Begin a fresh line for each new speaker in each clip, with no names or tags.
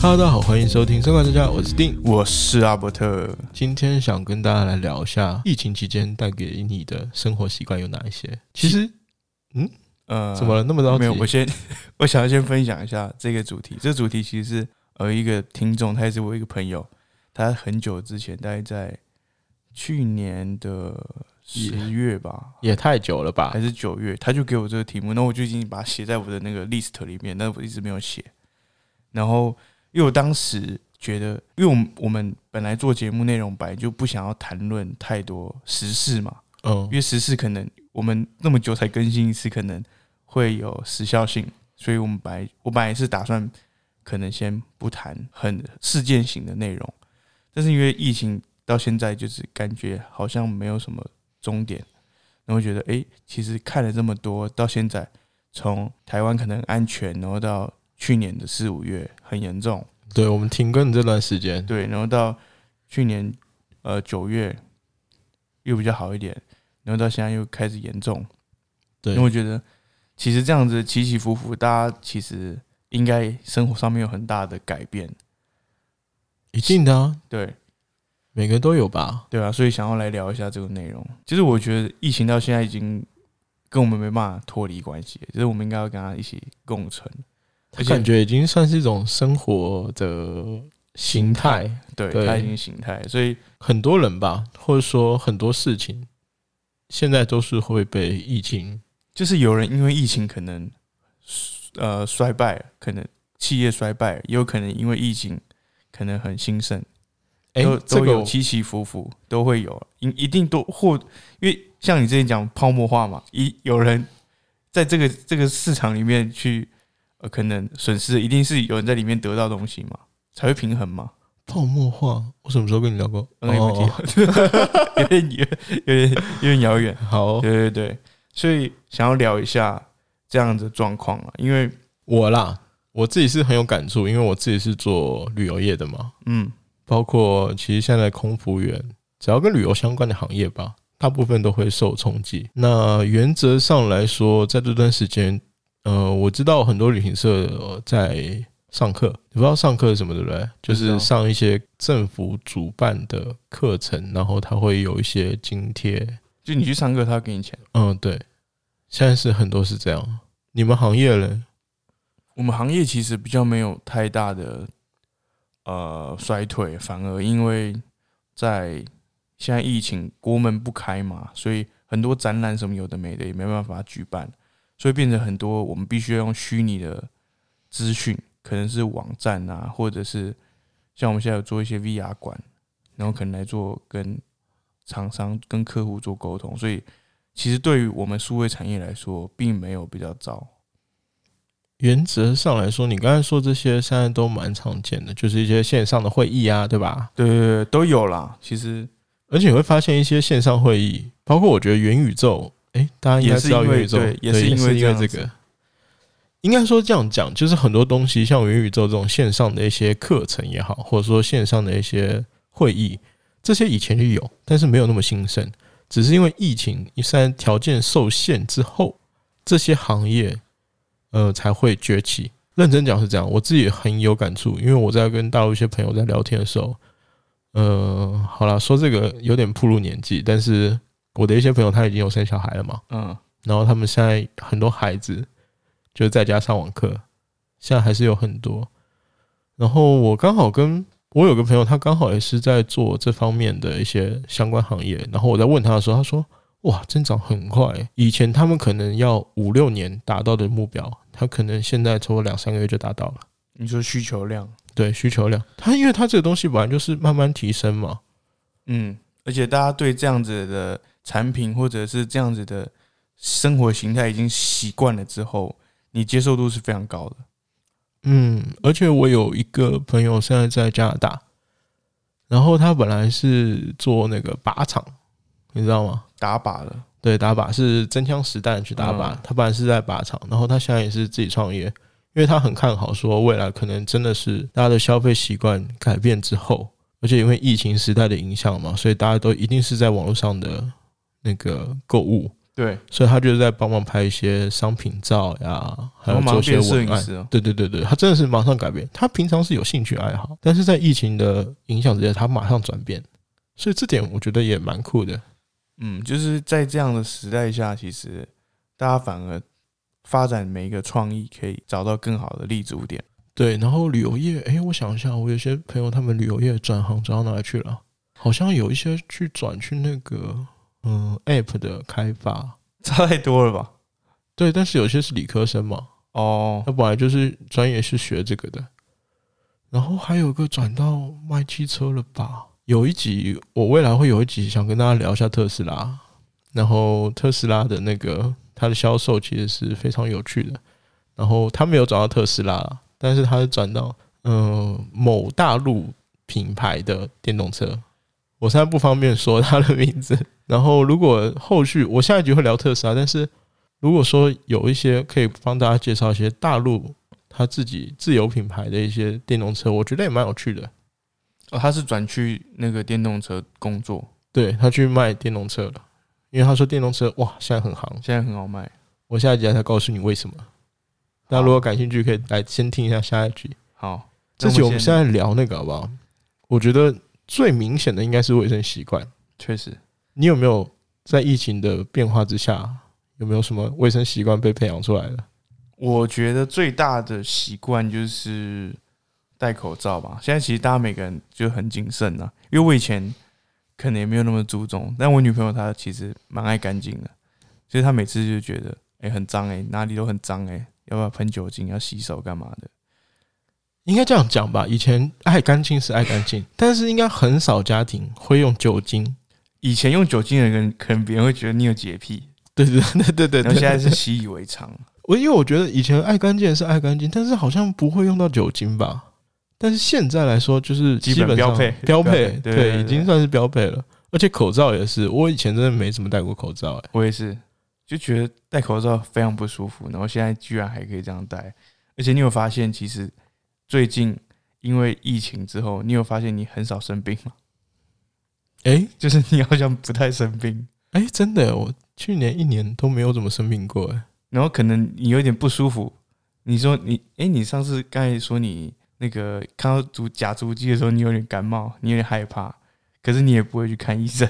Hello，大家好，欢迎收听《生活之家》，我是丁。
我是阿伯特。
今天想跟大家来聊一下疫情期间带给你的生活习惯有哪一些。其实
呃，
怎么了？那么着急？
没有，我先， 我想要先分享一下这个主题。这个主题其实是呃一个听众，他也是我一个朋友，他很久之前，大概在去年的十月吧，
也太久了吧
还？是九月，他就给我这个题目，那我就已经把它写在我的那个 list 里面，但我一直没有写。然后，因为我当时觉得，因为我们我们本来做节目内容本来就不想要谈论太多时事嘛，
嗯
因，为时事可能我们那么久才更新一次，可能会有时效性，所以我们本来我本来是打算可能先不谈很事件型的内容，但是因为疫情到现在就是感觉好像没有什么终点，然后觉得诶，其实看了这么多，到现在从台湾可能安全，然后到去年的四五月很严重，
对，我们停更这段时间，
对，然后到去年呃九月又比较好一点，然后到现在又开始严重，
对
因为我觉得其实这样子起起伏伏，大家其实应该生活上面有很大的改变，
一定的啊，
对
每个都有吧？
对啊，所以想要来聊一下这个内容。其实我觉得疫情到现在已经跟我们没办法脱离关系，就是我们应该要跟它一起共存，而且
感觉已经算是一种生活的形态，
对
对
它已经形态，所以
很多人吧，或者说很多事情，现在都是会被疫情
就是有人因为疫情可能呃衰败，可能企业衰败，也有可能因为疫情可能很兴盛，
哎、
都
这
都
个
有
我
起起伏伏，都会有，一一定都或因为像你之前讲泡沫化嘛，一有人在这个这个市场里面去呃可能损失，一定是有人在里面得到东西嘛，才会平衡嘛。
泡沫化，我什么时候跟你聊过
NFT、
哦
有点有有点有点遥远，
好，哦
对对对，所以想要聊一下这样的状况啊，因为
我啦，我自己是很有感触，因为我自己是做旅游业的嘛，
嗯。
包括其实现在空服员，只要跟旅游相关的行业吧，大部分都会受冲击。那原则上来说，在这段时间，呃，我知道很多旅行社呃在上课，你不知道上课是什么对不对？就
不知
是
道
上一些政府主办的课程，然后它会有一些津贴，
就你去上课，他要给你钱。
嗯，对，现在是很多是这样。你们行业嘞？
我们行业其实比较没有太大的呃衰退，反而因为在现在疫情，国门不开嘛，所以很多展览什么有的没的也没办法举办，所以变成很多我们必须要用虚拟的资讯，可能是网站啊，或者是像我们现在有做一些 VR 馆，然后可能来做跟厂商、跟客户做沟通，所以其实对于我们数位产业来说，并没有比较糟。
原则上来说，你刚才说这些现在都蛮常见的，就是一些线上的会议啊，对吧？
对对对，都有啦。其实
而且你会发现一些线上会议，包括我觉得元宇宙，哎、大家应该知道
也是因为
元宇宙，
对也
对
是因为
因
这
为
样子
这个。应该说这样讲，就是很多东西，像元宇宙这种线上的一些课程也好，或者说线上的一些会议，这些以前就有，但是没有那么兴盛，只是因为疫情现在条件受限之后，这些行业呃才会崛起。认真讲是这样，我自己也很有感触，因为我在跟大陆一些朋友在聊天的时候，呃，好啦，说这个有点暴露年纪，但是我的一些朋友他已经有生小孩了嘛，
嗯，
然后他们现在很多孩子就是在家上网课，现在还是有很多。然后我刚好跟我有个朋友，他刚好也是在做这方面的一些相关行业。然后我在问他的时候，他说：“哇，增长很快欸！以前他们可能要五六年达到的目标，他可能现在超过两三个月就达到了。
你说需求量，
对需求量，他因为他这个东西本来就是慢慢提升嘛，
嗯，而且大家对这样子的产品或者是这样子的生活形态已经习惯了之后，你接受度是非常高的。
嗯，而且我有一个朋友现在在加拿大，然后他本来是做那个靶场，你知道吗？
打靶了，
对，打靶是真枪实弹去打靶，
嗯
他本来是在靶场，然后他现在也是自己创业，因为他很看好说未来可能真的是大家的消费习惯改变之后，而且因为疫情时代的影响嘛，所以大家都一定是在网络上的那个购物，
对，
所以他就是在帮忙拍一些商品照呀，还有
然后马
做
上
一些
变摄
文
影
案。
师哦，
对对对对，他真的是马上改变。他平常是有兴趣爱好，但是在疫情的影响之下，他马上转变，所以这点我觉得也蛮酷的。
嗯，就是在这样的时代下，其实大家反嗯而嗯发展每一个创意，可以找到更好的立足点。
对，然后旅游业，诶，我想一下，我有些朋友他们旅游业转行转到哪里去了？好像有一些去转去那个嗯 App 的开发，
差太多了吧？
对，但是有些是理科生嘛，
哦，
他本来就是专业是学这个的，然后还有个转到卖汽车了吧？有一集我未来会有一集想跟大家聊一下特斯拉，然后特斯拉的那个它的销售其实是非常有趣的，然后他没有转到特斯拉啦，但是他是转到嗯、呃某大陆品牌的电动车，我现在不方便说它的名字。然后如果后续我下一集会聊特斯拉，但是如果说有一些可以帮大家介绍一些大陆他自己自有品牌的一些电动车，我觉得也蛮有趣的。
哦，他是转去那个电动车工作，
对他去卖电动车了，因为他说电动车哇现在很行。
现在很好卖。
我下一集才告诉你为什么。那如果感兴趣，可以来先听一下下一集。
好，
这集
那
我们现在聊那个好不好？我觉得最明显的应该是卫生习惯。
确实
你有没有在疫情的变化之下，有没有什么卫生习惯被培养出来的？
我觉得最大的习惯就是戴口罩吧。现在其实大家每个人就很谨慎啊，因为我以前可能也没有那么注重，但我女朋友她其实蛮爱干净的，所以她每次就觉得，哎、很脏哎、哪里都很脏哎、要不要喷酒精？要洗手干嘛的？
应该这样讲吧，以前爱干净是爱干净，但是应该很少家庭会用酒精。
以前用酒精的人，可能别人会觉得你有洁癖，
对对对对对
然后
对，
现在是习以为常。
我因为我觉得以前爱干净是爱干净，但是好像不会用到酒精吧。但是现在来说，就是
基
基
本
本上
标配
标
标
配
配，对对
对，
对
已经算是标配了。而且口罩也是，我以前真的没怎么戴过口罩、欸，
我也是，就觉得戴口罩非常不舒服，然后现在居然还可以这样戴，而且你有发现，其实最近因为疫情之后，你有发现你很少生病吗？
哎、诶
就是你好像不太生病，
哎、真的欸、我去年一年都没有怎么生病过、欸，
然后可能你有点不舒服，你说你，哎、你上次刚才说你那个看到足假足迹的时候，你有点感冒，你有点害怕，可是你也不会去看医生，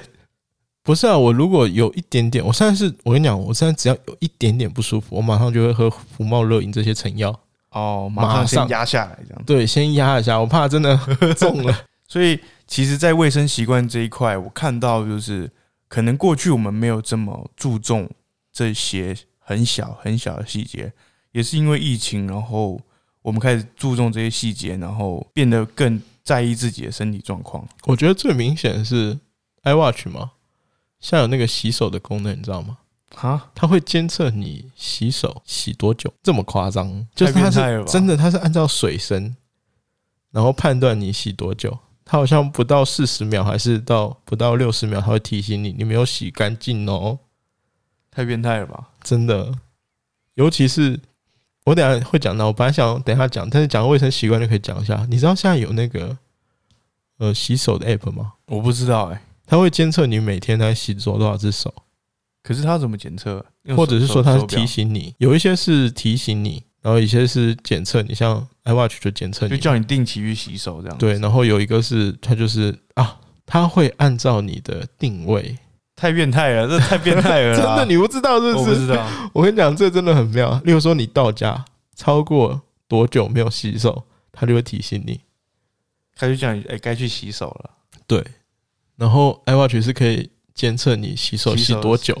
不是啊，我如果有一点点，我现在是我跟你讲，我现在只要有一点点不舒服，我马上就会喝福茂热饮这些成药，
哦，马上
马
先
上
压下来这样子。
对，先压一下，我怕真的 中了。
所以其实，在卫生习惯这一块，我看到就是可能过去我们没有这么注重这些很小很小的细节，也是因为疫情，然后我们开始注重这些细节，然后变得更在意自己的身体状况。
我觉得最明显的是 iWatch 嘛，现在有那个洗手的功能，你知道吗？
哈，
它会监测你洗手洗多久，这么夸张？就是
太
它
变态了
是
吧
真的，它是按照水深，然后判断你洗多久。它好像不到四十秒，还是到不到六十秒，它会提醒你你没有洗干净哦。
太变态了吧？
真的，尤其是我等一下会讲到，我本来想等一下讲，但是讲到卫生习惯就可以讲一下。你知道现在有那个呃洗手的 app 吗？
我不知道哎、
它会监测你每天在洗手多少只手，
可是他怎么检测？用手
或者是说它
手
是
手表
提醒你，有一些是提醒你，然后有一些是检测你，像 iWatch 就检测
就
你，
叫你定期去洗手这样。
对，，然后有一个是它就是啊，它会按照你的定位，
太变态了，这太变态 了
真
啦！
的你不知道是
我
不
不
是？
知道，
我跟你讲，这真的很妙。例如说，你到家超过多久没有洗手，它就会提醒你。
他就叫你哎该、去洗手了。
对，然后 iWatch 是可以监测你洗手
洗
洗
手
多久。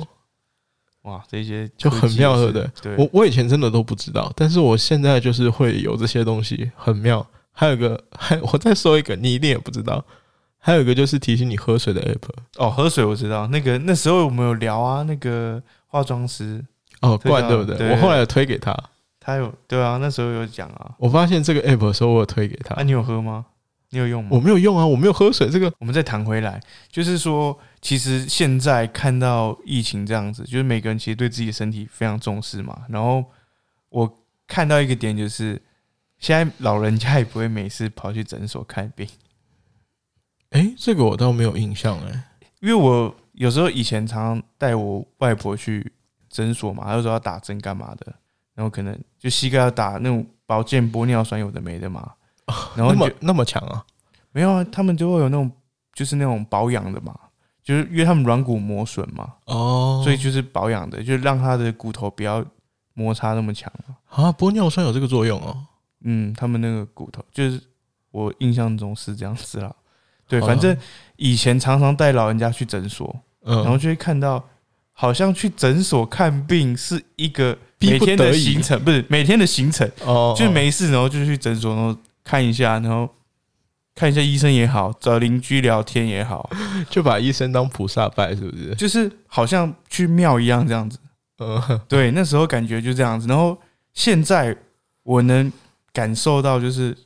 哇，这些
就很妙
科技
对不
是对
我我以前真的都不知道，但是我现在就是会有这些东西，很妙。还有一个，还我再说一个，你一定也不知道。还有一个就是提醒你喝水的 app。
哦，喝水我知道，那个那时候我们有聊啊，那个化妆师
哦，
这个
罐对不对？
对
我后来有推给他，
他有对啊，那时候有讲啊，
我发现这个 app 的时候，我有推给他
啊，。你有喝吗？你有用吗？
我没有用啊，我没有喝水，这个
我们再谈回来，就是说，其实现在看到疫情这样子，就是每个人其实对自己的身体非常重视嘛。然后我看到一个点就是，现在老人家也不会每次跑去诊所看病，
哎、这个我倒没有印象哎、
因为我有时候以前常常带我外婆去诊所嘛，他就说要打针干嘛的，然后可能就膝盖要打那种保健玻尿酸，有的没的嘛。然
哦那
后你
么
就
那么强啊？
没有啊，他们就会有那种就是那种保养的嘛，就是因为他们软骨磨损嘛，
哦，
所以就是保养的，就让他的骨头不要摩擦那么强嘛。
啊，玻尿酸有这个作用哦。
嗯，他们那个骨头就是我印象中是这样子啦。对，
好
反
啦
正以前常常带老人家去诊所，然后
嗯，
就会看到，好像去诊所看病是一个
逼
每
不
天的
得已
行程，不是每天的行程，
哦，
就是没事，然后就去诊所，然后看一下，然后看一下医生也好，找邻居聊天也 好，
哦就把医生当菩萨拜，是不是？
就是好像去庙一样这样子。
嗯，
对，那时候感觉就这样子。然后现在我能感受到，就是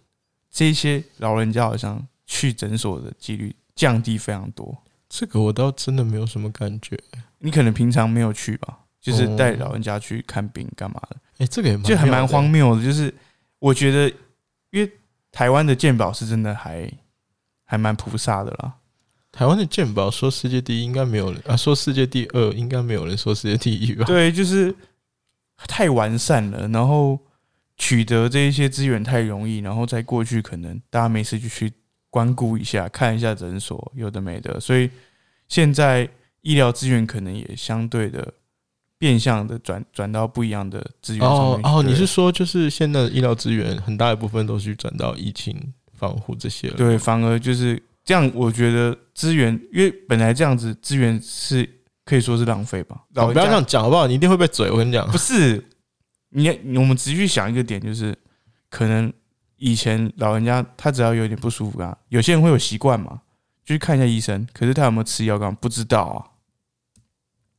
这些老人家好像去诊所的几率降低非常多。
这个我倒真的没有什么感觉。
你可能平常没有去吧，就是
哦
带老人家去看病干嘛的，
哎，这个也蛮
就还
妙
蛮
的
荒谬的。就是我觉得，因为台湾的健保是真的还还蛮菩萨的 啦。
台湾的健保说世界第一应该没有人啊，说世界第二应该没有人说世界第一吧？
对，就是太完善了，然后取得这一些资源太容易，然后在过去可能大家没事就去光顾一下，看一下诊所，有的没的，所以现在医疗资源可能也相对的变相的转转到不一样的资源上
哦
面去。
哦，
对
你是说就是现在的医疗资源很大一部分都去转到疫情防护这些了？，
对，反而就是这样，我觉得资源，因为本来这样子资源是可以说是浪费吧，哦老
哦不
人
要
家
这样讲好不好？你一定会被嘴，我跟你讲
不。是，你你我们仔细去想一个点，就是可能以前老人家他只要有点不舒服啊，有些人会有习惯嘛，就去看一下医生。可是他有没有吃药？干嘛不知道啊，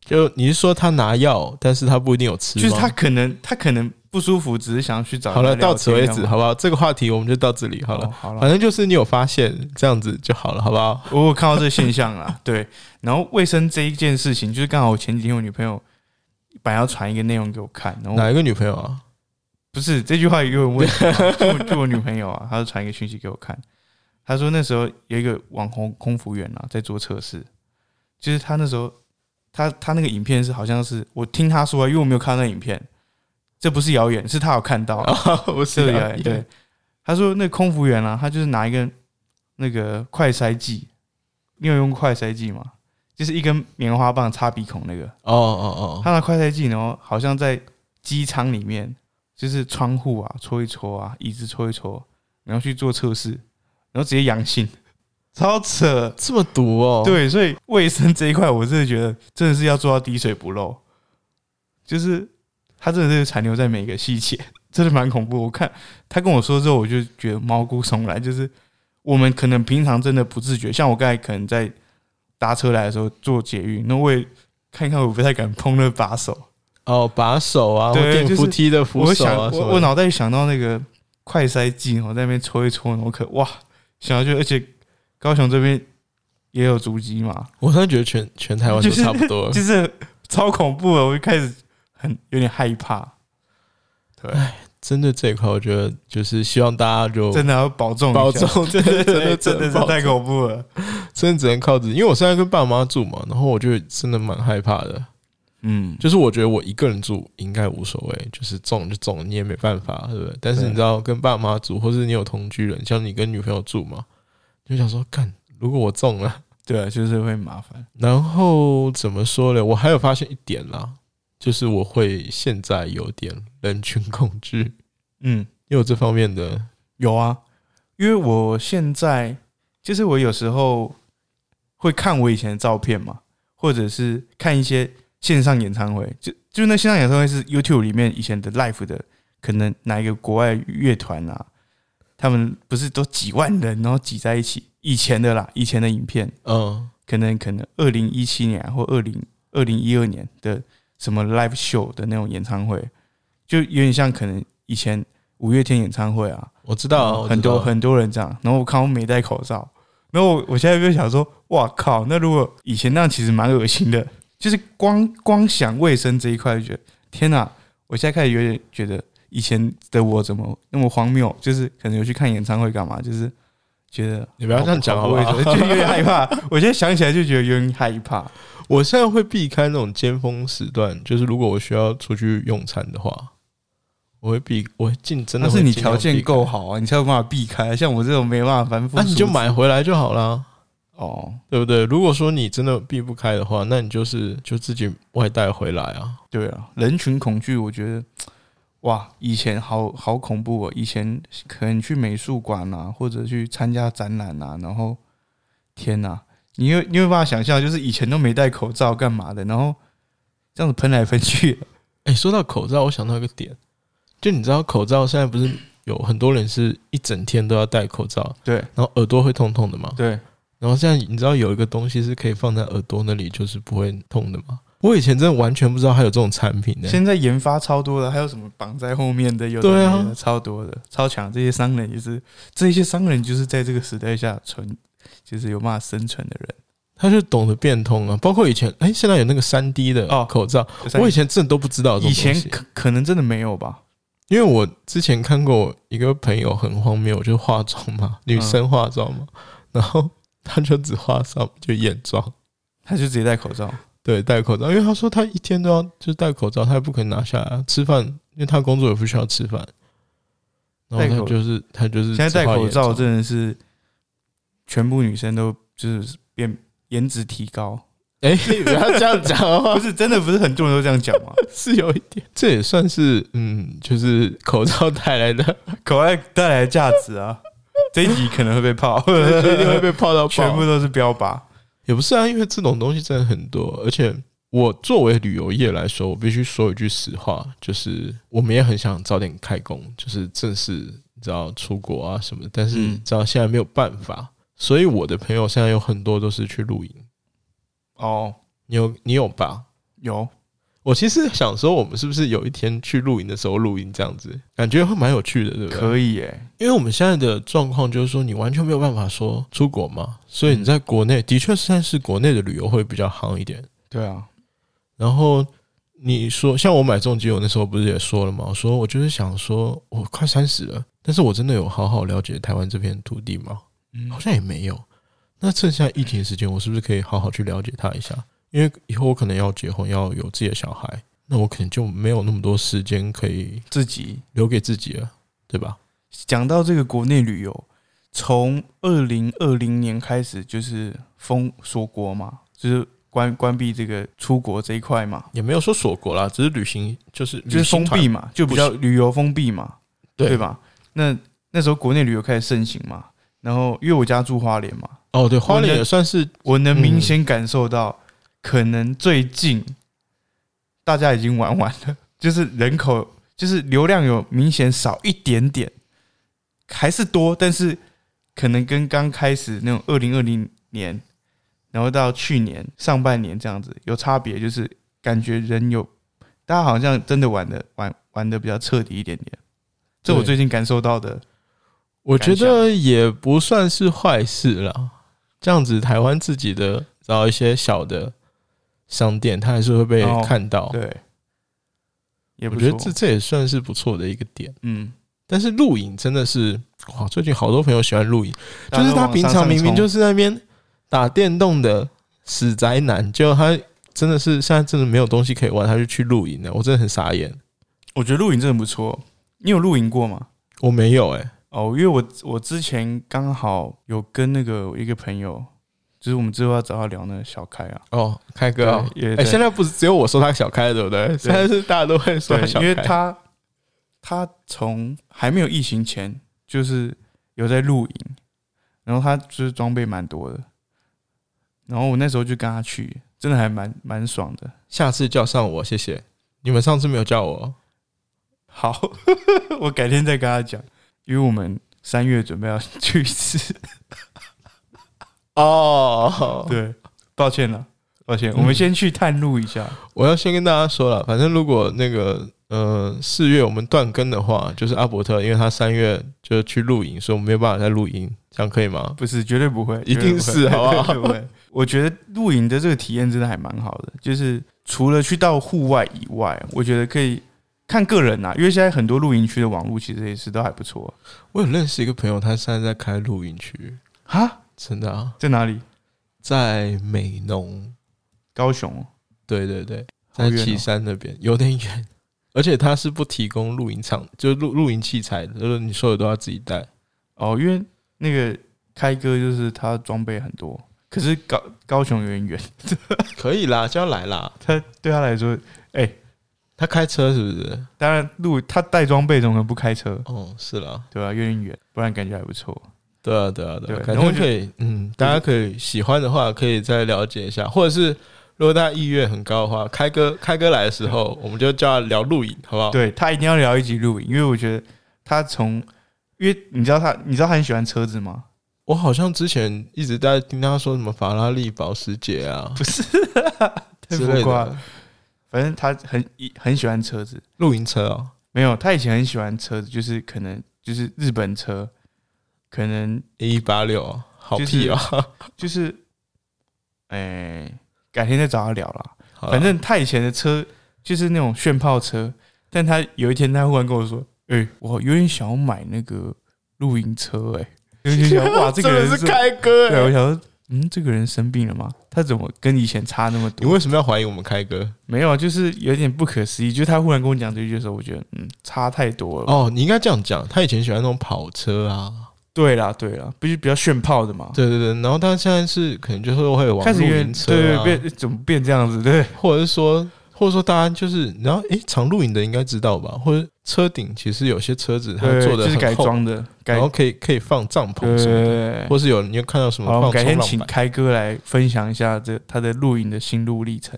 就你是说他拿药，但是他不一定有吃吗，
就是他可能他可能不舒服，只是想要去找人
好了，
家聊
到此为
天
止，
干嘛
好不好？这个话题我们就到这里好了。
哦好了
反。正就是你有发现这样子就好了，好不好？
我有看到这个现象啦， 对。然后卫生这一件事情，就是刚好我前几天我女朋友本来要传一个内容给我看，然后
哪一个女朋友啊？
不是这句话也有问题 啊，就我就我女朋友啊，她就传一个讯息给我看，她说那时候有一个网红空服员啊在做测试，就是她那时候她她那个影片是好像是我听她说啊，因为我没有看到那影片，这不是谣言，是她有看到、啊，
不
是
啊
谣言。对，，她说那个空服员啊，她就是拿一个那个快筛剂，你有用快筛剂吗？就是一根棉花棒插鼻孔那个，
哦哦哦，
他拿快塞剂，然后好像在机舱里面，就是窗户啊搓一搓啊，椅子搓一搓，然后去做测试，然后直接阳性，超扯。
这么毒哦？，
对，所以卫生这一块，我真的觉得真的是要做到滴水不漏，就是他真的是残留在每个细节，真的蛮恐怖。我看他跟我说之后，我就觉得毛骨悚然，就是我们可能平常真的不自觉，像我刚才可能在搭车来的时候做捷运，那我也看一看，我不太敢碰那把手，
哦，把手啊，或
对
电
就是
扶梯的扶
我
手
想
啊，什
我
么
我
的
脑袋里想到那个快塞剂，我在那边搓一搓，我可哇，想到就而且高雄这边也有足迹嘛。
我突然觉得全全台湾都差不多了。
就是超恐怖的，我一开始很有点害怕。对，
针对这一块，我觉得就是希望大家就
真的要保重一下，
哦保 重，真的真
对，
的
真的
保
是
重
太恐怖了。
真的只能靠自己。因为我现在跟爸妈住嘛，然后我就真的蛮害怕的。
嗯，
就是我觉得我一个人住应该无所谓，就是中就中，你也没办法，对不对？但是
对
你知道，跟爸妈住，或是你有同居人，像你跟女朋友住嘛，就想说，干，如果我中了，
对，啊就是会麻烦。
然后怎么说呢？我还有发现一点啦，就是我会现在有点人群恐惧，
嗯，
也有这方面的
有啊，因为我现在就是我有时候会看我以前的照片嘛，或者是看一些线上演唱会，就就那线上演唱会是 YouTube 里面以前的 live 的，可能哪一个国外乐团啊，他们不是都几万人，然后挤在一起，以前的啦，以前的影片，
嗯
可能可能二零一七年啊或二零二零一二年的什么 live show 的那种演唱会，就有点像可能以前五月天演唱会啊，
我知道啊我知道
很多很多人这样。然后我看我没戴口罩，然后我我现在就想说，哇靠！那如果以前那样，其实蛮恶心的。就是光光想卫生这一块，就觉得天哪、我现在开始有点觉得以前的我怎么那么荒谬？就是可能有去看演唱会干嘛，就是觉得
你不要这样讲好不 好？
好就有点害怕。我现在想起来就觉得有点害怕。
我现在会避开那种尖峰时段，就是如果我需要出去用餐的话，我会避，我会尽真的
但
会
是你
尽量
条件
避开
够，好啊，你才有办法避开。像我这种没办法反复，
那你就买回来就好啦，
哦。
对不对？如果说你真的避不开的话，那你就是就自己外带回来啊。
对啊，人群恐惧，我觉得哇，以前好好恐怖哦。以前可能去美术馆啊，或者去参加展览啊，然后天哪、你有你有办法想象，就是以前都没戴口罩干嘛的，然后这样子喷来喷去，
哎、说到口罩，我想到一个点，就你知道口罩现在不是有很多人是一整天都要戴口罩，
对
然后耳朵会痛痛的嘛？
对，
然后现在你知道有一个东西是可以放在耳朵那里，就是不会痛的吗？我以前真的完全不知道还有这种产品呢、
现在研发超多的，还有什么绑在后面的，有的
对啊
没的超多的，超强。这些商人也是，这些商人就是在这个时代下存，就是有办法生存的人。
他就懂得变通啊。包括以前，哎、现在有那个三 D 的
哦
口罩，
就像
我以前真的都不知道这
以
种东
前
西。
可可能真的没有吧？
因为我之前看过一个朋友很荒谬，就是化妆嘛，
嗯
女生化妆嘛，然后她就只化上就眼妆，
他就直接戴口罩。
对，戴口罩，因为她说她一天都要就戴口罩，她也不可能拿下来、啊、吃饭，因为她工作也不需要吃饭。然后
戴
她
口
就是她就是
现在戴
只化
口
眼
罩真的是全部女生都就是变颜值提高，
哎，不要这样讲
不
哦，
是真的不是很多人都这样讲吗？
是有一点，这也算是嗯，就是口罩带来 的，
口袋带来的价值啊，这一集可能会 被泡，
一定会被泡到爆
全部都是标靶。
也不是啊，因为这种东西真的很多，而且我作为旅游业来说，我必须说一句实话，就是我们也很想早点开工，就是正式你知道出国啊什么的，但是
嗯
你知道现在没有办法，所以我的朋友现在有很多都是去露营，
哦，
你有你有吧？
有
我其实想说，我们是不是有一天去露营的时候露营这样子，感觉会蛮有趣的，对啊不对？
可以耶、
因为我们现在的状况就是说，你完全没有办法说出国嘛，所以你在国内的确算是国内的旅游会比较夯一点。
对啊，
然后你说，像我买重疾，我那时候不是也说了嘛，我说我就是想说，我快三十了，但是我真的有好好了解台湾这片土地吗？
嗯
好像也没有。那趁现在疫情时间，我是不是可以好好去了解它一下？因为以后我可能要结婚，要有自己的小孩，那我可能就没有那么多时间可以
自己
留给自己了，对吧？
讲到这个国内旅游，从二零二零年开始就是封锁国嘛，就是关关闭这个出国这一块嘛，
也没有说锁国啦，只是旅行就是
就是封闭，嘛，就比较旅游封闭嘛，
对
对吧？那那时候国内旅游开始盛行嘛，然后因为我家住花莲嘛，
哦，对，花
我
莲
能
也算是
我
嗯
能明显感受到，可能最近大家已经玩完了，就是人口就是流量有明显少一点点，还是多，但是可能跟刚开始那种二零二零年，然后到去年上半年这样子有差别，就是感觉人有大家好像真的玩的玩玩的比较彻底一点点，这我
对
最近感受到的。
我觉得也不算是坏事啦。这样子，台湾自己的然后一些小的商店，它还是会被
哦
看到。
对，也
我
不
觉得
错
这这也算是不错的一个点。
嗯，
但是露营真的是，哇，最近好多朋友喜欢露营，就
大家
是
都
他
往
平
上
常
上
明明
冲
就是在那边打电动的死宅男，结果他真的是现在真的没有东西可以玩，他就去露营了。我真的很傻眼，
我觉得露营真的不错。你有露营过吗？
我没有哎、
哦，因为我我之前刚好有跟那个一个朋友，就是我们之后要找他聊那个小开啊，
哦，开哥、哦，
也
哎、
对
现在不是只有我说他小开，对不对？现在是大家都会说他小开，
对，因为他他从还没有疫情前就是有在露营，然后他就是装备蛮多的，然后我那时候就跟他去，真的还蛮蛮爽的。
下次叫上我，谢谢。你们上次没有叫我，
好， 我改天再跟他讲，因为我们三月准备要去一次。
哦，嗯
对，抱歉了，抱歉，我们先去探路一 下。
我要先跟大家说了，反正如果那个呃四月我们断更的话，就是阿伯特，因为他三月就去露营，所以我们没有办法再录音，这样可以吗？
不是，绝对不会，
一定是
绝对
好不好
绝对会我觉得露营的这个体验真的还蛮好的，就是除了去到户外以外，我觉得可以看个人呐、啊因为现在很多露营区的网络其实也是都还不错。
我有认识一个朋友，他现在在开露营区，
哈，
真的啊，
在哪里？
在美农，
高雄哦，
对对对，
好
在
远哦
岐山那边有点远，而且它是不提供露营场，就是露露营器材的，就是你所有都要自己带。
哦，因为那个开哥就是他装备很多，可是高高雄有点远，
可以啦，就要来啦。
他对他来说，哎、
他开车是不是？
当然路他带装备，怎么可能不开车？
哦，是啦，
对吧、有点远，不然感觉还不错。
对啊，对啊，对啊，
对
改
然后我
天
就
可以，嗯，大家可以喜欢的话，可以再了解一下，或者是如果大家意愿很高的话，开哥开哥来的时候，我们就叫他聊露营，好不好？
对他一定要聊一集露营，因为我觉得他从，因为你知道他，你知道他很喜欢车子吗？
我好像之前一直在听他说什么法拉利、保时捷啊
不是，太
之类
浮夸
的。
反正他很很喜欢车子，
露营车哦，
没有，他以前很喜欢车子，就是可能就是日本车，可能
A 一八六，好
就是
屁哦。
就是，哎、改天再找他聊啦。
好啦
反正他以前的车就是那种炫炮车，但他有一天他忽然跟我说：“哎、我有点想要买那个露营车、哎，有点想 哇，这个
真
人
的是开哥
对，我
欸，
想说，嗯，这个人生病了吗？他怎么跟以前差那么
你
多？
为什么要怀疑我们开哥？
没有，啊就是有点不可思议。就是他忽然跟我讲这句的时候，我觉得，嗯，差太多了。
哦，你应该这样讲，他以前喜欢那种跑车啊，
对啦，对啦，不是比较炫炮的嘛？
对对对，然后他现在是可能就是会往
开
露
始有
营
点
车、
对
啊，
对变怎么变这样子？对，
或者是说，或者说大家就是，然后诶，常露营的应该知道吧？或者车顶其实有些车子它
对
做的
就是改
很厚，
装的，改
然后可以可以放帐篷
对
什么的，
对。
或是有你有看到什么
好，我们
放
改
冲
天
浪
请
板？
开哥来分享一下这他的露营的心路历程。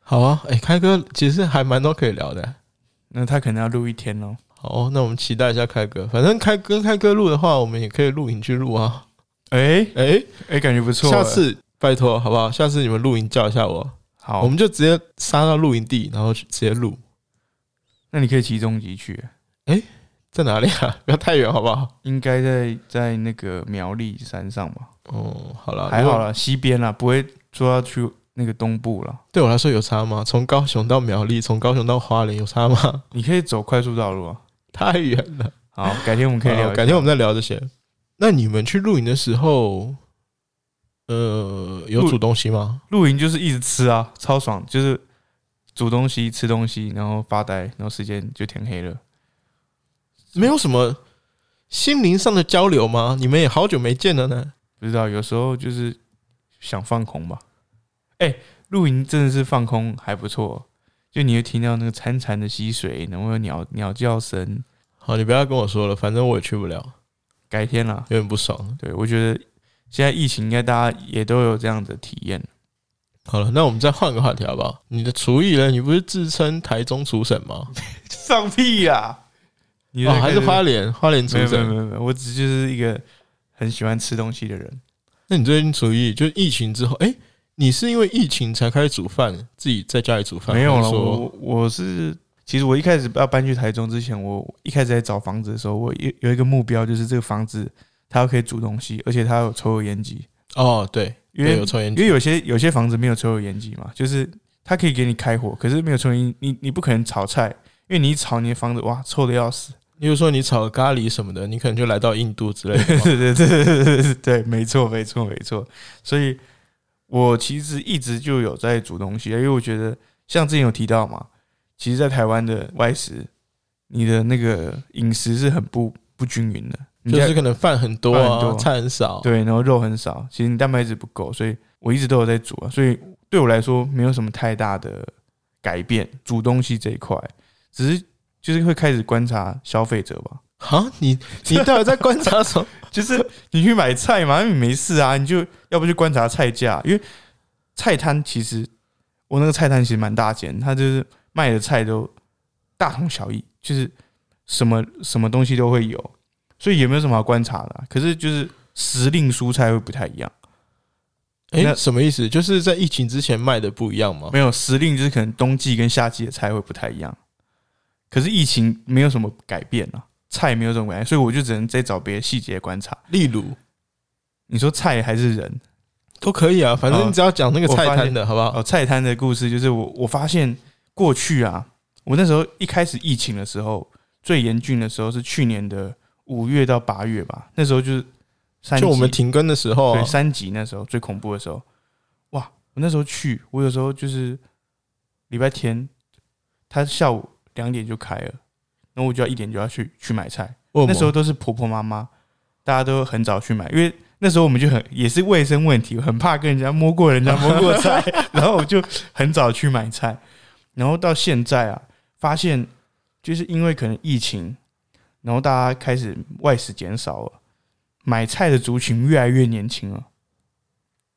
好啊，诶，开哥其实还蛮多可以聊的。
那他可能要录一天哦。
好哦，那我们期待一下开哥。反正开跟开哥录的话，我们也可以露营去录啊。
哎
诶，
哎，感觉不错。
下次拜托好不好？下次你们露营叫一下我，
好，
我们就直接杀到露营地，然后去直接录。
那你可以集中集去，
在哪里啊？不要太远好不好？
应该在在那个苗栗山上吧？
哦，好了，
还
如果
好啦，西边啦，不会说要去那个东部啦。
对我来说有差吗？从高雄到苗栗，从高雄到花莲有差吗？
你可以走快速道路啊。
太远了。
好，改天我们可以聊一
好
下。
改天我们再聊这些。那你们去露营的时候，呃，有
露
煮东西吗？
露营就是一直吃啊，超爽，就是煮东西、吃东西，然后发呆，然后时间就天黑了。
没有什么心灵上的交流吗？你们也好久没见了呢。
不知道有时候就是想放空吧。哎、露营真的是放空还不错，就你会听到那个潺潺的溪水，然后有鸟鸟叫声。
好，你不要跟我说了，反正我也去不了，
改天啦，
有点不爽。
对我觉得现在疫情应该大家也都有这样的体验。
好了，那我们再换个话题好不好？你的厨艺呢？你不是自称台中厨神吗？
放屁呀、你
哦，
在
还
开
是
始
花莲花莲厨
没有没有
神
没？有没有，我只就是一个很喜欢吃东西的人。
那你最近厨艺就是疫情之后，哎、你是因为疫情才开始煮饭，自己在家里煮饭？
没有
还
了，
是说
我我是其实我一开始要搬去台中之前，我一开始在找房子的时候，我有有一个目标，就是这个房子它可以煮东西，而且它有抽油烟机，
哦，对，
因为
对有抽烟
因
机，
为有些有些房子没有抽油烟机嘛，就是它可以给你开火，可是没有抽油烟，你你不可能炒菜，因为你一炒你的房子哇臭的要死。
例如说你炒个咖喱什么的，你可能就来到印度之类的嘛。
对对对对对对对对，没错没错没错。所以我其实一直就有在煮东西，因为我觉得像之前有提到嘛，其实，在台湾的外食，你的那个饮食是很不不均匀的， 你
就
在
是可能饭很多
饭很
啊，
多
菜很少。
对，然后肉很少，其实你蛋白质不够，所以我一直都有在煮啊，所以对我来说没有什么太大的改变，煮东西这一块，只是就是会开始观察消费者吧。
啊，你你到底在观察什么？
就是你去买菜嘛，你没事啊，你就要不就观察菜价，因为菜摊其实我那个菜摊其实蛮大间，它就是卖的菜都大同小异，就是什么什么东西都会有，所以也没有什么好观察的啊、可是就是时令蔬菜会不太一样，
哎、
那
什么意思？就是在疫情之前卖的不一样吗？
没有时令就是可能冬季跟夏季的菜会不太一样，可是疫情没有什么改变啊，菜没有什么改变，所以我就只能再找别的细节观察。
例如
你说菜还是人？
都可以啊，反正你只要讲那个
哦我
菜
发
摊
现
的好不好？
哦，菜摊的故事就是我我发现过去啊，我那时候一开始疫情的时候最严峻的时候是去年的五月到八月吧，那时候就是三级
就我们停更的时候啊
对，三级那时候最恐怖的时候，哇！我那时候去，我有时候就是礼拜天，他下午两点就开了，然后我就要一点就要去去买菜。
为什么
那时候都是婆婆妈妈，大家都很早去买，因为那时候我们就很也是卫生问题，我很怕跟人家摸过人家摸过 菜，然后我就很早去买菜，然后到现在啊，发现就是因为可能疫情，然后大家开始外食减少了，买菜的族群越来越年轻了，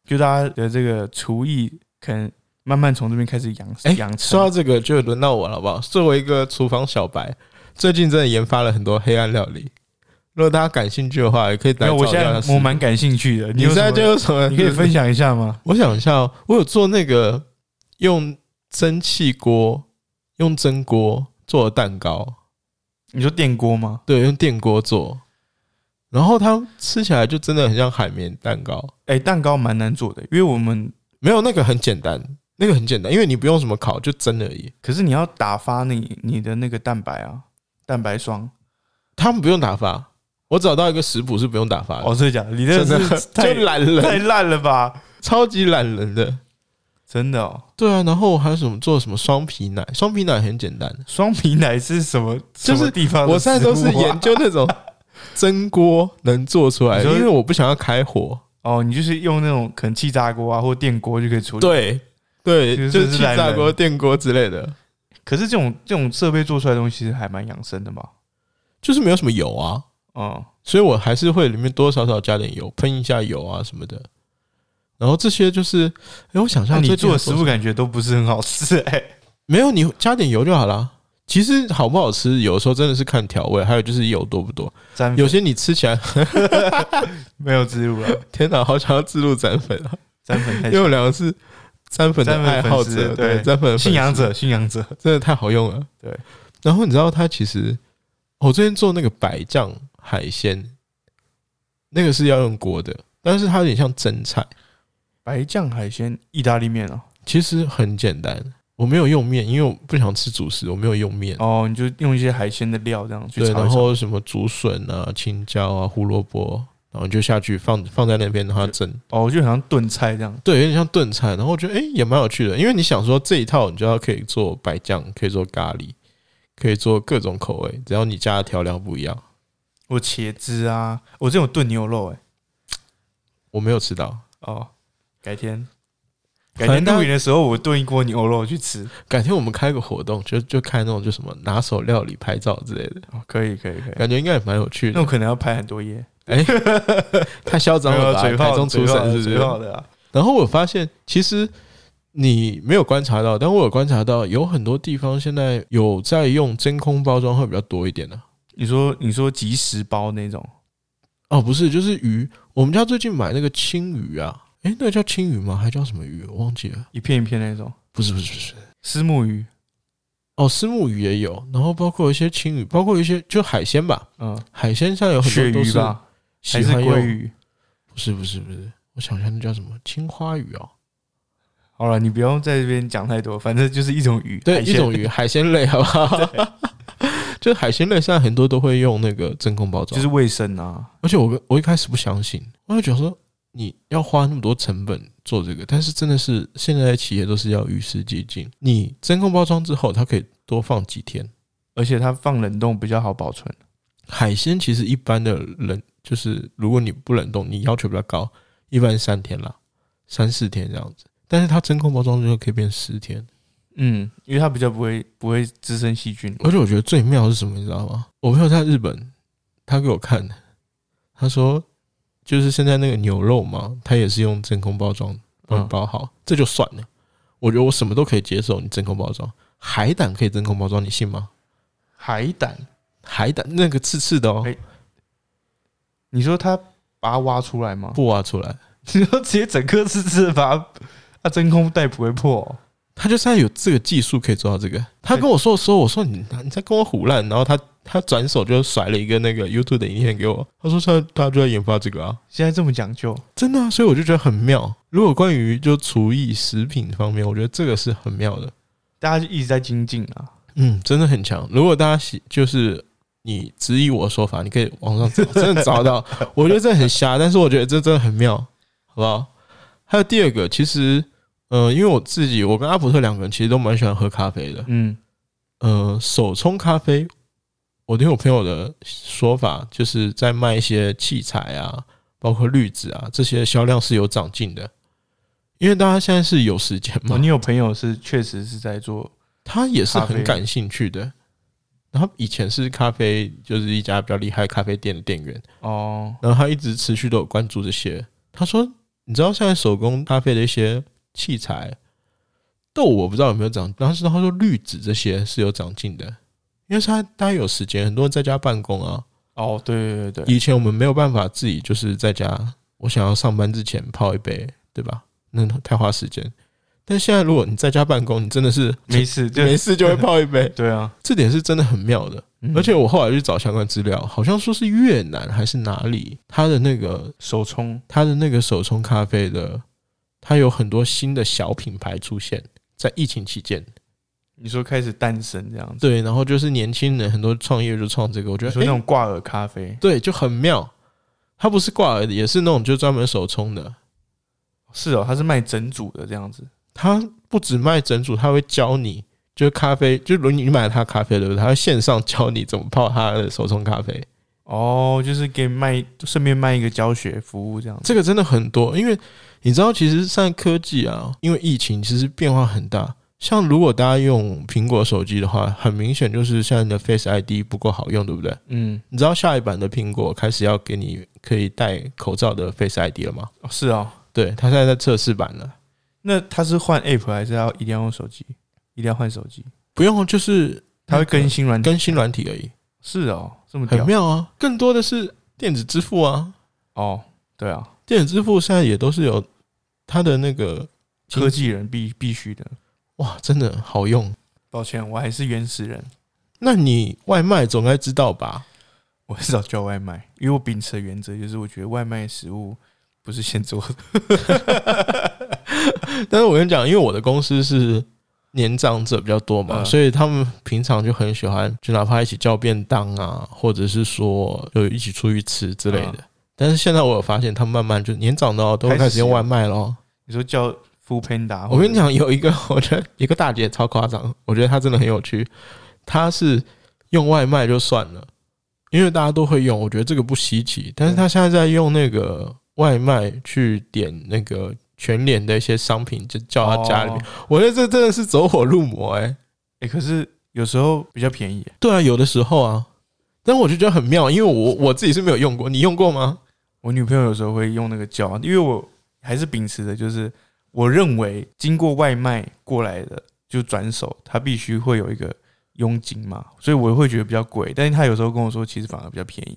就大家的这个厨艺可能慢慢从这边开始养
哎
养成
说到这个，就轮到我了，好不好？作为一个厨房小白，最近真的研发了很多黑暗料理。如果大家感兴趣的话，也可以来
没有，
找
我
一
现
下
在我
试。
蛮感兴趣的，你
你
有
现
什
在
么
就有什么？
你可以分享一下吗？
我想一下哦，我有做那个用蒸汽锅、用蒸锅做的蛋糕，
你说电锅吗？
对，用电锅做，然后它吃起来就真的很像海绵蛋糕。
哎、蛋糕蛮难做的，因为我们
没有那个很简单，那个很简单，因为你不用什么烤，就蒸而已。
可是你要打发你你的那个蛋白啊，蛋白霜。
他们不用打发，我找到一个食谱是不用打发的，
哦，真的假的？你这
啊真的
个 是太
就懒人
太烂了吧？
超级懒人的。
真的哦，
对啊，然后还有什么做什么双皮奶？双皮奶很简单，
双皮奶是什么？
就是
什么地方的
我现在都
食
是
物啊
研究那 种蒸锅能做出来，
你
的，
说
因为我不想要开火。
哦，你就是用那种可能气炸锅啊或电锅就可以处理。，
对对，
其实
就是
是
气
懒
炸
人
锅、电锅之类的，
可是这种这种设备做出来的东西其实还蛮养生的吧？
就是没有什么油啊，
哦、
所以我还是会里面多多少少加点油，喷一下油啊什么的。然后这些就是，哎、我想一
那
下，
你
最近
做
有
的食物感觉都不是很好吃哎、
没有，你加点油就好啦。其实好不好吃，有时候真的是看调味，还有就是油多不多。
沾
有些你吃起来，
没有植入了，
天哪，好想要自入沾粉啊！
沾 粉太
因为我两个是沾粉的爱好者，
沾粉粉丝对
对沾粉的粉丝
信仰者，信仰者
真的太好用了。
对，
然后你知道它其实，哦我最近做那个白酱海鲜，那个是要用锅的，但是它有点像蒸菜，
白酱海鲜意大利面哦。
其实很简单。我没有用面，因为我不想吃主食，我没有用面。
哦，你就用一些海鲜的料这样去
对，
炒一
然
炒。
后什么竹笋啊、青椒啊、胡萝卜，然后你就下去放放在那边让它蒸，
哦，就好像炖菜这样。
对，有点像炖菜。然后我觉得哎、诶也蛮有趣的，因为你想说这一套，你就要可以做白酱，可以做咖喱，可以做各种口味，只要你加的调料不一样。
我茄子啊，我这种炖牛肉哎、
我没有吃到，
哦，改天，改
反
天
正大家
露营的时候，我炖一锅牛肉 去吃。
改天我们开个活动，就就开那种就什么拿手料理拍照之类的，
哦，可以可以可以。
感觉应该也蛮有趣
那
的。
我可能要拍很多页，
哎、太嚣张
没有
了吧？
嘴
台
炮
中出生是不
嘴
是？
炮的啊。
然后我发现，其实你没有观察到，但我有观察到，有很多地方现在有在用真空包装会比较多一点的、
你说你说即食包那种，
哦，不是，就是鱼。我们家最近买那个青鱼啊，诶，那个叫青鱼吗？还叫什么鱼？我忘记了。
一片一片那种，
不是，不是，不是。
虱目鱼，
哦，丝木鱼也有，然后包括一些青鱼，包括一些就海鲜吧，
嗯，
海鲜上有很
鳕
多都
鱼
是
吧，还
喜
是
欢
鲑
用。
鱼？
不是，不是，不是。我想一下，那叫什么？青花鱼哦，
好了，你不用在这边讲太多，反正就是一种鱼，
对，
海鲜
一种鱼，海鲜类，好不 好？就海鲜类，现在很多都会用那个真空包装，
就是卫生啊。
而且我跟我一开始不相信，我就觉得说你要花那么多成本做这个，但是真的是现在的企业都是要与时俱进。你真空包装之后，它可以多放几天。
而且它放冷冻比较好保存。
海鲜其实一般的冷，就是如果你不冷冻，你要求比较高，一般三天啦，三四天这样子。但是它真空包装之后可以变十天，
嗯，因为它比较不会不会滋生细菌。
而且我觉得最妙的是什么，你知道吗？我朋友在日本，他给我看，他说就是现在那个牛肉嘛，它也是用真空包装帮你包好，这就算了。我觉得我什么都可以接受，你真空包装，海胆可以真空包装，你信吗？
海胆，
海胆那个刺刺的哦
哎，你说它把它挖出来吗？
不挖啊出来，
你说直接整颗刺刺把它，它真空袋不会破、哦。
他就现在有这个技术可以做到这个。他跟我说的时候，我说你你在跟我胡乱，然后他他转手就甩了一个那个 YouTube 的影片给我，他说现在大家就在研发这个啊，
现在这么讲究，
真的啊、所以我就觉得很妙。如果关于就厨艺食品方面，我觉得这个是很妙的，
大家就一直在精进啊。
嗯，真的很强。如果大家喜就是你质疑我的说法，你可以网上找，真的找到。我觉得这很瞎，但是我觉得这真的很妙，好不好？还有第二个，其实，呃，因为我自己，我跟阿普特两个人其实都蛮喜欢喝咖啡的。
嗯，
呃，手冲咖啡，我听我朋友的说法，就是在卖一些器材啊，包括滤纸啊，这些销量是有长进的，因为大家现在是有时间嘛
哦，你有朋友是确实是在做，
他也是
咖
很
啡
感兴趣的。然后以前是咖啡，就是一家比较厉害咖啡店的店员，
哦，
然后他一直持续都有关注这些。他说：“你知道现在手工咖啡的一些器材豆，我不知道有没有涨，但是他说滤纸这些是有长进的，因为是他大家有时间，很多人在家办公啊。
哦，对对对对，
以前我们没有办法自己就是在家，我想要上班之前泡一杯，对吧？那太花时间。但现在如果你在家办公，你真的是
没事，就
没事就会泡一 杯，
对啊，
这点是真的很妙的。
嗯
而且我后来去找相关资料，好像说是越南还是哪里，它的那个
手冲，
它的那个手冲咖啡的，它有很多新的小品牌出现在疫情期间。
你说开始诞生这样子，
对，然后就是年轻人很多创业就创这个，我觉
你
得
说那
诶
种挂耳咖啡，
对就很妙。它不是挂耳的，也是那种就专门手冲的。
是哦，它是卖整组的这样子，
它不只卖整组，它会教你，就是咖啡，就是如果你买了它咖啡对不对？它会线上教你怎么泡它的手冲咖啡。
哦，就是给卖顺便卖一个教学服务这样子，
这个真的很多，因为你知道，其实现在科技啊，因为疫情其实变化很大。像如果大家用苹果手机的话，很明显就是现在的 Face ID 不够好用，对不对？
嗯，
你知道下一版的苹果开始要给你可以戴口罩的 Face ID 了吗？
哦是哦，
对，它现在在测试版了，
那它是换 app 还是要一定要用手机？一定要换手机？
不用就是
它会更新软体？
更新软体而已，
是哦，这么
很
屌
妙啊！更多的是电子支付啊，
哦，对啊，
电子支付现在也都是有它的那个
科技人必必须的。
哇，真的好用。
抱歉，我还是原始人，
那你外卖总该知道吧？
我很少叫外卖，因为我秉持的原则就是，我觉得外卖食物不是现做的。
但是我跟你讲，因为我的公司是年长者比较多嘛，
嗯
所以他们平常就很喜欢，就哪怕一起叫便当啊，或者是说就一起出去吃之类的。但是现在我有发现，他们慢慢就年长的哦，都会
嗯开始
开始用外卖咯。
你说叫 Food Panda，
啊我跟你，讲，有一个 我觉得一个大姐超夸张，我觉得她真的很有趣。她是用外卖就算了，因为大家都会用，我觉得这个不稀奇。但是她现在在用那个外卖去点那个全脸的一些商品，就叫她家里面
哦。
我觉得这真的是走火入魔哎、
哎、可是有时候比较便宜，
对啊，有的时候啊，但我就觉得很妙，因为我我自己是没有用过，你用过吗？
我女朋友有时候会用那个叫，因为我还是秉持的就是，我认为经过外卖过来的就转手，它必须会有一个佣金嘛，所以我会觉得比较贵。但是她有时候跟我说，其实反而比较便宜。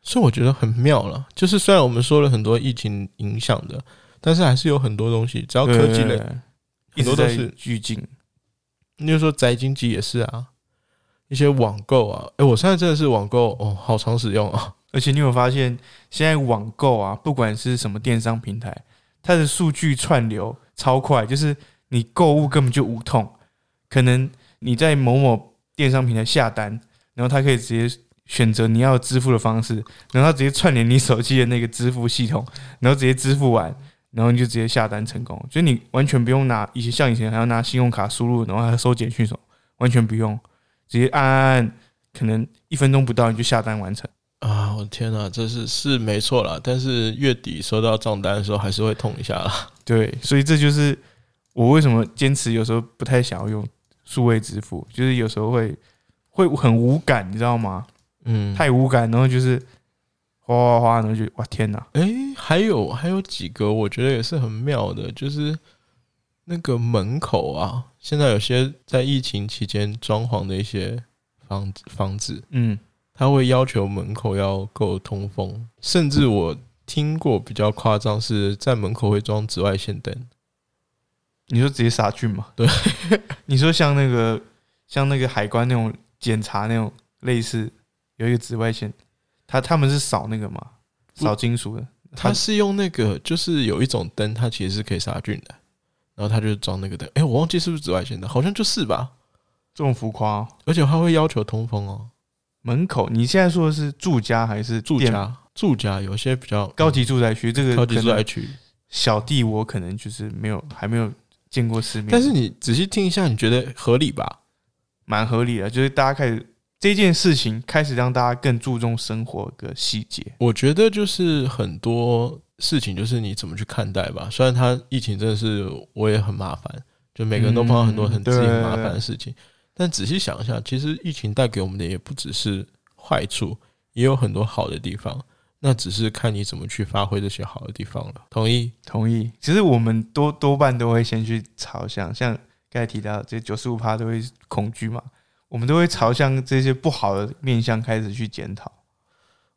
所以我觉得很妙了。就是虽然我们说了很多疫情影响的，但是还是有很多东西，只要科技
对
类，
一
很
直
多都
在
是
聚进。
你就说宅经济也是啊，一些网购啊，哎、我现在真的是网购哦，好常使用啊。
而且你有没有发现，现在网购啊，不管是什么电商平台，它的数据串流超快，就是你购物根本就无痛。可能你在某某电商平台下单，然后它可以直接选择你要支付的方式，然后它直接串联你手机的那个支付系统，然后直接支付完，然后你就直接下单成功。所以你完全不用拿以前像以前还要拿信用卡输入，然后还要收简讯什么，完全不用，直接按按按，可能一分钟不到你就下单完成。
啊，我的天哪、这是是没错啦，但是月底收到账单的时候还是会痛一下啦。
对，所以这就是我为什么坚持有时候不太想要用数位支付，就是有时候会会很无感，你知道吗？
嗯，
太无感，然后就是哗哗哗，然后就哇天哪！
哎、还有还有几个，我觉得也是很妙的，就是那个门口啊，现在有些在疫情期间装潢的一些房子房子，
嗯，
他会要求门口要够通风，甚至我听过比较夸张是在门口会装紫外线灯，
你说直接杀菌嘛？
对，
你说像那个像那个海关那种检查那种类似有一个紫外线，他他们是扫那个嘛，
不
扫金属的，
它是用那个就是有一种灯，它其实是可以杀菌的，然后他就装那个灯，哎、我忘记是不是紫外线灯，好像就是吧，
这种浮夸、哦。
而且他会要求通风哦，
门口，你现在说的是住家还是
住
店
家住家有些比较
高级住宅区？这个
高级住
可能
宅区，
小弟我可能就是没有还没有见过世面，
但是你仔细听一下，你觉得合理吧？
蛮合理的，就是大家开始这件事情开始让大家更注重生活的细节。
我觉得就是很多事情就是你怎么去看待吧。虽然它疫情真的是我也很麻烦，就每个人都碰到很多很
嗯
自
对
己很麻烦的事情，但仔细想一下，其实疫情带给我们的也不只是坏处，也有很多好的地方。那只是看你怎么去发挥这些好的地方了。同意？
同意。其实我们多多半都会先去朝向，像刚才提到这九十五趴都会恐惧嘛，我们都会朝向这些不好的面向开始去检讨。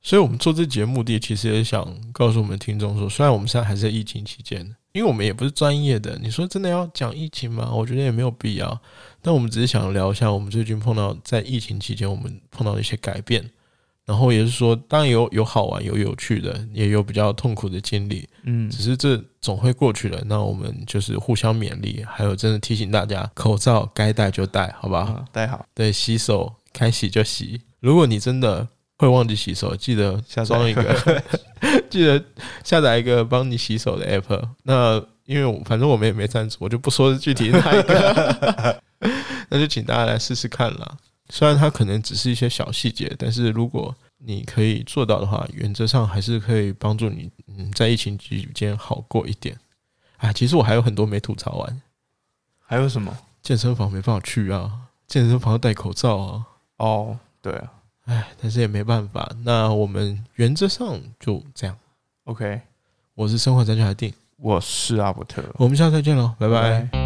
所以，我们做这节目的其实也想告诉我们听众说，虽然我们现在还是在疫情期间，因为我们也不是专业的，你说真的要讲疫情吗？我觉得也没有必要。但我们只是想聊一下，我们最近碰到在疫情期间我们碰到的一些改变，然后也是说，当然有有好玩，有有趣的，也有比较痛苦的经历，
嗯
只是这总会过去的。那我们就是互相勉励，还有真的提醒大家，口罩该戴就戴，好吧？
啊，大家好，
对，洗手该洗就洗。如果你真的会忘记洗手，记得
下载
装一个， 记得下载一个帮你洗手的 app。那因为我反正我们也没赞助，我就不说具体哪一 个，那就请大家来试试看啦。虽然它可能只是一些小细节，但是如果你可以做到的话，原则上还是可以帮助你，嗯，在疫情期间好过一点。啊，其实我还有很多没吐槽完，
还有什么？
健身房没办法去啊，健身房要戴口罩啊，
哦，对啊
唉，但是也没办法。那我们原则上就这样。
，OK，
我是生活专家的定，
我是阿伯特，
我们下次再见喽，拜拜
拜